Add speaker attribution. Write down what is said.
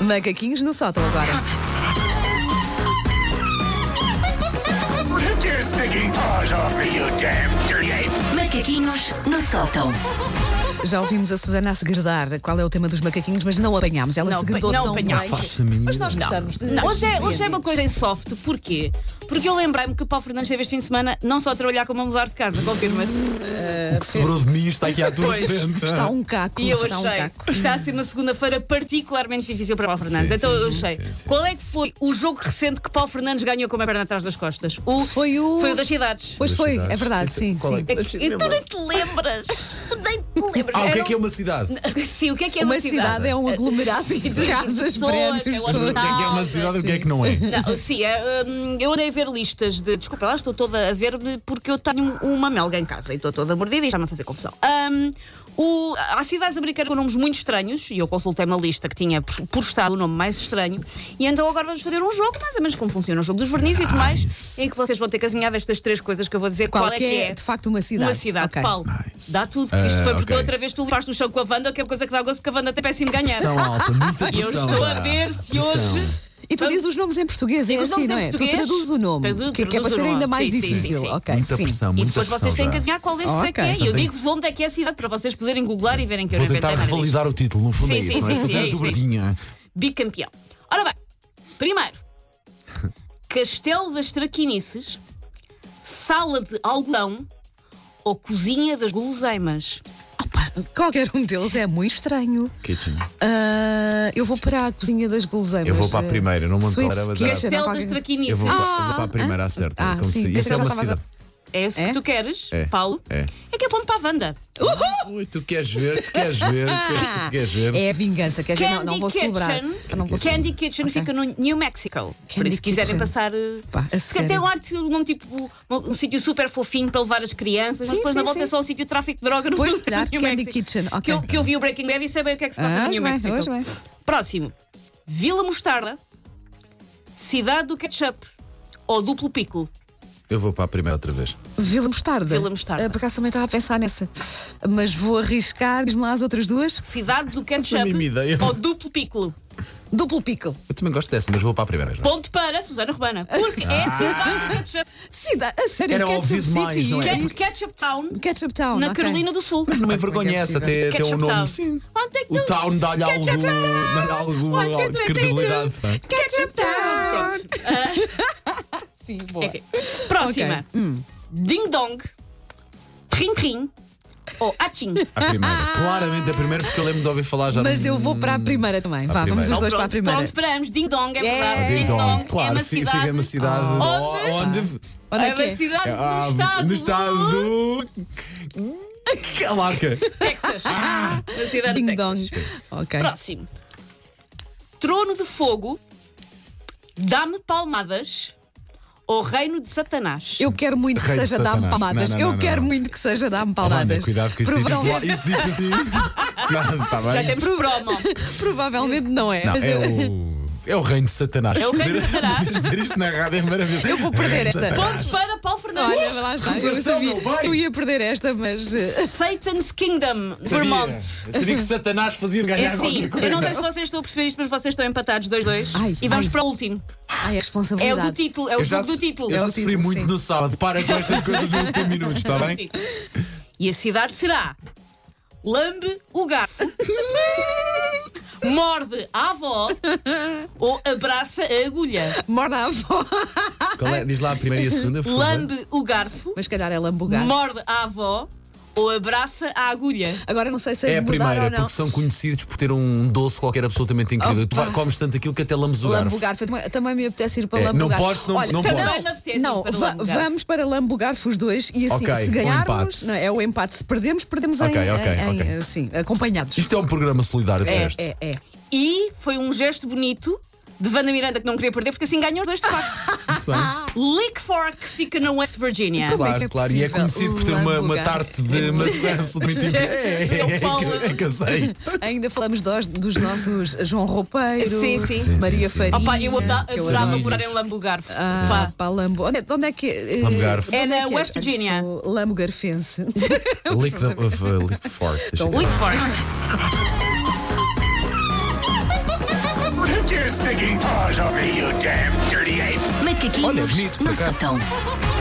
Speaker 1: Macaquinhos no sótão agora.
Speaker 2: Take your stinking paws off me, you damn dirty ape!
Speaker 3: Macaquinhos no sótão.
Speaker 1: Já ouvimos a Susana a segredar qual é o tema dos macaquinhos, mas não apanhámos. Ela
Speaker 4: Não,
Speaker 1: segredou
Speaker 4: não
Speaker 1: tão
Speaker 4: apanhámos.
Speaker 1: bem.
Speaker 4: Não
Speaker 5: faço a mínima
Speaker 1: Mas nós
Speaker 5: ideia.
Speaker 1: gostamos de.
Speaker 4: Não, hoje, é, hoje é uma
Speaker 1: surpreendidos.
Speaker 4: coisa em soft, porquê? Porque eu lembrei-me que o Paulo Fernandes teve este fim de semana não só a trabalhar como a mudar de casa, confirma-se.
Speaker 5: O que sobrou de mim está aqui à tua frente.
Speaker 1: Está um caco.
Speaker 4: E eu
Speaker 1: está um
Speaker 4: achei
Speaker 1: caco.
Speaker 4: que está a ser uma segunda-feira particularmente difícil para Paulo Fernandes.
Speaker 5: Sim,
Speaker 4: então
Speaker 5: sim,
Speaker 4: eu
Speaker 5: sim,
Speaker 4: achei.
Speaker 5: sim, sim.
Speaker 4: Qual é que foi o jogo recente que Paulo Fernandes ganhou com uma perna atrás das costas? O,
Speaker 1: Foi o-
Speaker 4: Foi o das cidades.
Speaker 1: Pois
Speaker 5: Das
Speaker 1: foi, é
Speaker 5: cidades.
Speaker 1: verdade,
Speaker 5: Esse-
Speaker 1: sim.
Speaker 5: qual é
Speaker 1: sim.
Speaker 5: que- das
Speaker 4: E tu nem
Speaker 5: cidades.
Speaker 4: te lembras! Tu nem te lembras!
Speaker 5: Ah, o que é
Speaker 4: Era
Speaker 5: que é
Speaker 4: um-
Speaker 5: uma cidade? O
Speaker 4: Sim, o que é que é uma,
Speaker 1: Uma cidade é um aglomerado de casas,
Speaker 4: Pessoas,
Speaker 1: prédios,
Speaker 4: é o
Speaker 1: pessoas.
Speaker 5: que é que é uma cidade e o que é que não é?
Speaker 4: Não, sim, é, hum, eu andei a ver listas de. Desculpa, lá estou toda a ver porque eu tenho uma melga em casa e estou toda mordida e está-me a fazer confusão. Hum, o- há cidades americanas com nomes muito estranhos e eu consultei uma lista que tinha por, por estado o nome mais estranho. E então agora vamos fazer um jogo, mais ou menos como funciona o jogo dos verniz e tudo mais,
Speaker 5: Nice.
Speaker 4: em que vocês vão ter que adivinhar destas três coisas que eu vou dizer qual,
Speaker 1: Qual é que é, de facto, uma cidade?
Speaker 4: Uma cidade.
Speaker 1: Ok.
Speaker 4: Paulo,
Speaker 5: Nice.
Speaker 4: dá tudo, que isto
Speaker 5: Ah,
Speaker 4: foi porque da
Speaker 5: ok.
Speaker 4: outra vez tu limpaste no chão com a Wanda, que é coisa que dá gosto, porque a Wanda até péssimo ganhar.
Speaker 5: Pressão alta, muita
Speaker 4: E eu
Speaker 5: pressão.
Speaker 4: estou a
Speaker 5: já.
Speaker 4: ver se
Speaker 5: Pressão.
Speaker 4: hoje.
Speaker 1: E tu dizes os nomes em português, é
Speaker 4: Digo os
Speaker 1: assim,
Speaker 4: nomes em
Speaker 1: não é? Tu
Speaker 4: português.
Speaker 1: traduzes o nome,
Speaker 4: Tradu-
Speaker 1: que é que é para
Speaker 4: traduzo o
Speaker 1: ser ainda
Speaker 4: nome.
Speaker 1: mais
Speaker 4: Sim, sim,
Speaker 1: difícil.
Speaker 4: sim.
Speaker 1: Ok,
Speaker 5: Muita
Speaker 1: sim.
Speaker 5: pressão,
Speaker 4: E
Speaker 5: muita
Speaker 4: depois
Speaker 5: pressão.
Speaker 4: vocês têm
Speaker 5: já.
Speaker 4: que adivinhar qual deles é que
Speaker 1: Ok.
Speaker 4: é. E
Speaker 1: Então
Speaker 4: eu
Speaker 5: tem-
Speaker 4: digo-vos onde é que é a cidade, para vocês poderem googlar e verem que eu
Speaker 5: Vou
Speaker 4: não inventei
Speaker 5: tentar
Speaker 4: nada disto.
Speaker 5: revalidar o título, no fundo
Speaker 4: Sim,
Speaker 5: é isso,
Speaker 4: sim,
Speaker 5: não é?
Speaker 4: sim,
Speaker 5: Fazer
Speaker 4: sim,
Speaker 5: a
Speaker 4: sim.
Speaker 5: dobradinha.
Speaker 4: Bicampeão. Ora bem, primeiro, Castelo das Traquinices, Sala de Algodão ou Cozinha das Guloseimas.
Speaker 1: Qualquer um deles é muito estranho.
Speaker 5: Kitchen.
Speaker 1: Ah, eu vou para a cozinha das guloseimas.
Speaker 5: Eu vou para a primeira, não me
Speaker 1: Sweet
Speaker 5: lembro, mas
Speaker 1: Kitchen,
Speaker 5: era-
Speaker 1: ou
Speaker 4: Castelo
Speaker 1: qualquer-
Speaker 4: das
Speaker 5: Eu
Speaker 4: Traquinices.
Speaker 5: vou, pa- eu vou para a primeira acerta.
Speaker 1: ah,
Speaker 5: como
Speaker 1: sim,
Speaker 5: se-
Speaker 1: pensei
Speaker 5: Isso
Speaker 1: que
Speaker 5: é
Speaker 1: já
Speaker 5: uma
Speaker 1: estavas a-
Speaker 5: cidade.
Speaker 4: É esse
Speaker 1: É?
Speaker 4: que tu queres,
Speaker 5: É.
Speaker 4: Paulo?
Speaker 5: É.
Speaker 4: É que aponto para a Wanda.
Speaker 5: Ui, tu queres ver, tu queres ver, tu tu queres ver.
Speaker 1: É a vingança, quer dizer, não, não vou
Speaker 4: Kitchen,
Speaker 1: celebrar. Eu não vou
Speaker 4: Candy Kitchen
Speaker 1: Ok.
Speaker 4: fica no New Mexico. Por
Speaker 1: Candy
Speaker 4: isso, se quiserem
Speaker 1: Kitchen.
Speaker 4: passar. eh,
Speaker 1: Pá, a
Speaker 4: Porque
Speaker 1: sério.
Speaker 4: até lá há de ser um nome tipo. Um, um sítio super fofinho para levar as crianças,
Speaker 1: Sim,
Speaker 4: mas depois
Speaker 1: sim,
Speaker 4: na volta
Speaker 1: sim.
Speaker 4: é só o sítio de tráfico de droga no
Speaker 1: Pois,
Speaker 4: no
Speaker 1: se calhar,
Speaker 4: New
Speaker 1: Candy
Speaker 4: Mexico.
Speaker 1: Kitchen, ok.
Speaker 4: Que, eu, que eu vi o Breaking Bad e sabem o que é que se passa
Speaker 1: Ah,
Speaker 4: no New
Speaker 1: bem,
Speaker 4: Mexico.
Speaker 1: hoje bem.
Speaker 4: Próximo. Vila Mostarda, Cidade do Ketchup ou Duplo Pico.
Speaker 5: Eu vou para a primeira outra vez.
Speaker 1: Vila Mostarda.
Speaker 4: Vila Mostarda.
Speaker 1: Ah, por acaso também estava a pensar nessa. Mas vou arriscar, diz-me lá as outras duas.
Speaker 4: Cidade do
Speaker 5: a mínima ideia.
Speaker 4: Ketchup ou Duplo Pico.
Speaker 1: Duplo pickle.
Speaker 5: Eu também gosto dessa, mas vou para a primeira já.
Speaker 4: Ponto para Susana Urbana. Porque é
Speaker 5: Ah.
Speaker 4: Cidade do Ketchup.
Speaker 1: Cidade, a sério,
Speaker 5: Era
Speaker 1: Ketchup
Speaker 5: óbvio
Speaker 1: City.
Speaker 5: demais, não é?
Speaker 4: Cat- Ketchup Town.
Speaker 1: Ketchup Town.
Speaker 4: Na
Speaker 1: ok.
Speaker 4: Carolina do Sul.
Speaker 5: Não me
Speaker 1: Como é que é
Speaker 5: envergonhece
Speaker 1: possível?
Speaker 5: até ter um
Speaker 4: Ketchup Town.
Speaker 5: nome. Sim.
Speaker 4: Onde é que
Speaker 5: O
Speaker 4: tu-
Speaker 5: town dá-lhe
Speaker 4: Ketchup
Speaker 5: algum,
Speaker 4: Town.
Speaker 5: dá-lhe alguma
Speaker 4: Onde é que tu tens
Speaker 5: credibilidade.
Speaker 4: isso?
Speaker 5: pá.
Speaker 4: Ketchup Town. Pronto.
Speaker 1: Sim, boa.
Speaker 4: Ah! Enfim. Próxima.
Speaker 1: hum.
Speaker 4: Ding Dong. Rim Rim. Ou Achim.
Speaker 5: A primeira. Claramente a primeira, porque eu lembro de ouvir falar já.
Speaker 1: Mas
Speaker 5: no-
Speaker 1: eu vou para a primeira também.
Speaker 5: Hum, À
Speaker 1: Vá, vamos
Speaker 5: primeira.
Speaker 1: os dois
Speaker 4: pronto,
Speaker 1: para a primeira.
Speaker 4: pronto, esperamos. Ding Dong, é verdade.
Speaker 5: Ah, Ding Dong,
Speaker 4: é
Speaker 5: claro,
Speaker 4: uma
Speaker 5: fi-
Speaker 4: cidade.
Speaker 5: fica uma cidade
Speaker 4: Ah.
Speaker 5: onde,
Speaker 1: Onde
Speaker 4: é
Speaker 1: é que
Speaker 4: uma
Speaker 1: é?
Speaker 4: cidade
Speaker 5: Ah,
Speaker 4: do estado.
Speaker 5: no
Speaker 4: do
Speaker 5: estado do Alasca.
Speaker 4: Texas.
Speaker 5: Ah!
Speaker 4: Uma cidade do
Speaker 1: Ding
Speaker 4: Texas.
Speaker 1: dong. Ok.
Speaker 4: Próximo. Trono de Fogo. Dá-me palmadas. Ou Reino de Satanás.
Speaker 1: Eu quero muito que
Speaker 5: Rei de
Speaker 1: seja dar-me
Speaker 5: Satanás.
Speaker 1: palmadas.
Speaker 5: Não, não,
Speaker 1: eu
Speaker 5: não,
Speaker 1: quero
Speaker 5: não.
Speaker 1: muito que seja dar-me
Speaker 5: Oh, Wanda,
Speaker 1: palmadas.
Speaker 5: cuidado com isso dito
Speaker 1: Provavelmente-
Speaker 5: lá- isso dito assim. Cuidado, está bem?
Speaker 4: Já temos promo.
Speaker 1: Provavelmente não é.
Speaker 5: Não,
Speaker 1: mas
Speaker 5: é
Speaker 1: eu-
Speaker 5: o. É o reino de Satanás.
Speaker 4: É o reino de Satanás.
Speaker 5: Dizer isto na rádio é maravilhoso.
Speaker 1: Eu vou perder esta.
Speaker 4: Ponto para Paulo Fernandes.
Speaker 1: Olha, lá está. Eu
Speaker 5: Recuperação,
Speaker 1: sabia.
Speaker 5: meu bem.
Speaker 1: Eu ia perder esta, mas. eh,
Speaker 4: Satan's Kingdom, Vermont.
Speaker 5: Sabia. Eu sabia que Satanás fazia
Speaker 4: É
Speaker 5: ganhar
Speaker 4: assim,
Speaker 5: qualquer coisa.
Speaker 4: eu não sei se vocês estão a perceber isto, mas vocês estão empatados 2-2.
Speaker 1: Ai,
Speaker 4: E vamos
Speaker 1: ai.
Speaker 4: para o último.
Speaker 1: Ai, a
Speaker 4: É o
Speaker 1: responsabilidade.
Speaker 4: do título, é o
Speaker 5: Eu já
Speaker 4: jogo do
Speaker 5: so-
Speaker 4: título.
Speaker 5: Eu
Speaker 1: É
Speaker 5: já
Speaker 1: o
Speaker 5: sofri
Speaker 1: título,
Speaker 5: muito
Speaker 1: sim.
Speaker 5: no sábado. Para com estas coisas no último minuto, está tá bem?
Speaker 4: E a cidade será Lambe o garfo Morde a avó Ou abraça a agulha
Speaker 1: Morda a avó.
Speaker 5: Qual é? Diz lá a primeira e a segunda, por favor.
Speaker 4: Lambe o garfo
Speaker 1: Mas se calhar é lambugar.
Speaker 4: Morde a avó Ou abraça a agulha
Speaker 1: Agora não sei se
Speaker 5: É
Speaker 1: de
Speaker 5: a
Speaker 1: mudar
Speaker 5: primeira,
Speaker 1: ou não.
Speaker 5: porque são conhecidos por ter um doce qualquer absolutamente incrível.
Speaker 1: Oh,
Speaker 5: tu
Speaker 1: pá.
Speaker 5: vai- comes tanto aquilo que até lames o garfo.
Speaker 1: Lambugar, foi- também- também me apetece ir para
Speaker 5: É, não
Speaker 1: Lambugar.
Speaker 5: podes, não-
Speaker 1: Olha,
Speaker 5: não
Speaker 1: então
Speaker 5: podes.
Speaker 4: Também me apetece ir
Speaker 1: Não,
Speaker 4: para
Speaker 1: va-
Speaker 4: Lambugar.
Speaker 1: vamos para Lambugar os dois e assim,
Speaker 5: Ok,
Speaker 1: se
Speaker 5: o
Speaker 1: ganharmos,
Speaker 5: empate.
Speaker 1: não, é o empate. Se perdemos, perdemos
Speaker 5: Ok,
Speaker 1: em,
Speaker 5: ok,
Speaker 1: em-
Speaker 5: ok.
Speaker 1: sim, acompanhados.
Speaker 5: Isto é um programa solidário, de
Speaker 1: é,
Speaker 5: resto.
Speaker 1: é, é.
Speaker 4: E foi um gesto bonito de Vanda Miranda que não queria perder, porque assim ganhou os dois de facto.
Speaker 5: Muito bem.
Speaker 4: Lick Fork fica na West Virginia.
Speaker 1: Como Ah, é que
Speaker 5: Claro,
Speaker 1: é
Speaker 5: claro. E é
Speaker 1: possível?
Speaker 5: conhecido por ter uma, uma
Speaker 1: Lambugar. É
Speaker 5: tarte de maçã absolutamente incrível. É, é, é, é, é que eu sei.
Speaker 1: Ainda falamos dos, dos nossos João Roupeiro,
Speaker 4: Sim, sim.
Speaker 1: Maria
Speaker 5: Sim, sim, sim.
Speaker 1: Faria.
Speaker 4: Opa, eu ada-
Speaker 1: que é eu
Speaker 4: adorava
Speaker 1: adoro.
Speaker 5: Sim.
Speaker 4: morar em Lambugarfe.
Speaker 1: Ah,
Speaker 4: Pá.
Speaker 1: pá, Lambo. Onde, é- de onde é que eh,
Speaker 5: Lambugar.
Speaker 1: de onde
Speaker 4: É na
Speaker 1: que és?
Speaker 4: West
Speaker 1: Olha,
Speaker 4: Virginia.
Speaker 1: sou Lambugarfense.
Speaker 5: Lick the, of, uh, lick
Speaker 1: Então,
Speaker 5: fork. Deixa eu ver.
Speaker 4: Lick Fork.
Speaker 2: Take
Speaker 6: sticking paws off me, you damn dirty ape!
Speaker 2: Macaquinhos
Speaker 3: Olha, bonito, por
Speaker 2: no
Speaker 3: acaso.
Speaker 2: sótão.